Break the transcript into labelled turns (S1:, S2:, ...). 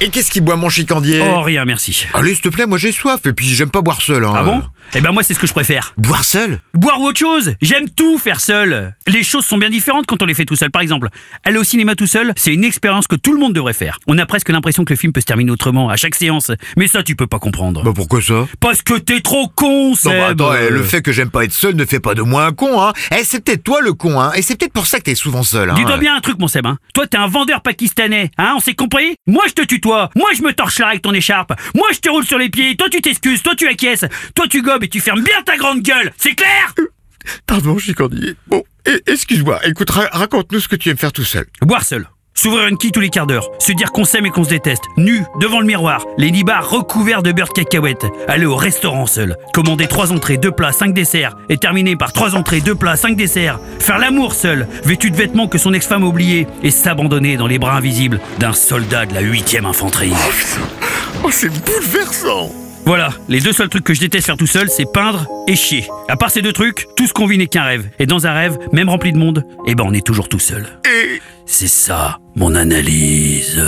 S1: Et qu'est-ce qui boit mon chicandier
S2: Oh, rien, merci.
S1: Allez, s'il te plaît, moi j'ai soif et puis j'aime pas boire seul. hein.
S2: Ah bon Eh ben moi, c'est ce que je préfère.
S1: Boire seul
S2: Boire ou autre chose J'aime tout faire seul. Les choses sont bien différentes quand on les fait tout seul. Par exemple, aller au cinéma tout seul, c'est une expérience que tout le monde devrait faire. On a presque l'impression que le film peut se terminer autrement à chaque séance. Mais ça, tu peux pas comprendre.
S1: Bah pourquoi ça
S2: Parce que t'es trop con,
S1: Non,
S2: Seb.
S1: bah attends, eh, le fait que j'aime pas être seul ne fait pas de moi un con, hein. Eh, c'est peut-être toi le con, hein. Et c'est peut-être pour ça que t'es souvent seul, hein.
S2: Dis-toi bien un truc, mon Seb. Hein. Toi, t'es un vendeur pakistanais. Hein, on s'est compris Moi, je te tutoie. Moi, je me torche là avec ton écharpe. Moi, je te roule sur les pieds. Toi, tu t'excuses. Toi, tu acquiesces. Toi, tu gobes et tu fermes bien ta grande gueule. C'est clair
S1: Pardon, chicandier. Bon, eh, excuse-moi. Écoute, ra- raconte-nous ce que tu aimes faire tout seul.
S2: Boire seul. S'ouvrir une quille tous les quarts d'heure. Se dire qu'on s'aime et qu'on se déteste. Nu, devant le miroir. Les nibards recouverts de beurre de cacahuète. Aller au restaurant seul. Commander trois entrées, deux plats, cinq desserts. Et terminer par trois entrées, deux plats, cinq desserts. Faire l'amour seul. Vêtu de vêtements que son ex-femme a oubliés. Et s'abandonner dans les bras invisibles d'un soldat de la 8ème infanterie.
S1: Oh, c'est bouleversant
S2: Voilà, les deux seuls trucs que je déteste faire tout seul, c'est peindre et chier. À part ces deux trucs, tout ce qu'on vit n'est qu'un rêve. Et dans un rêve, même rempli de monde, eh ben on est toujours tout seul.
S1: Et...
S2: C'est ça, mon analyse.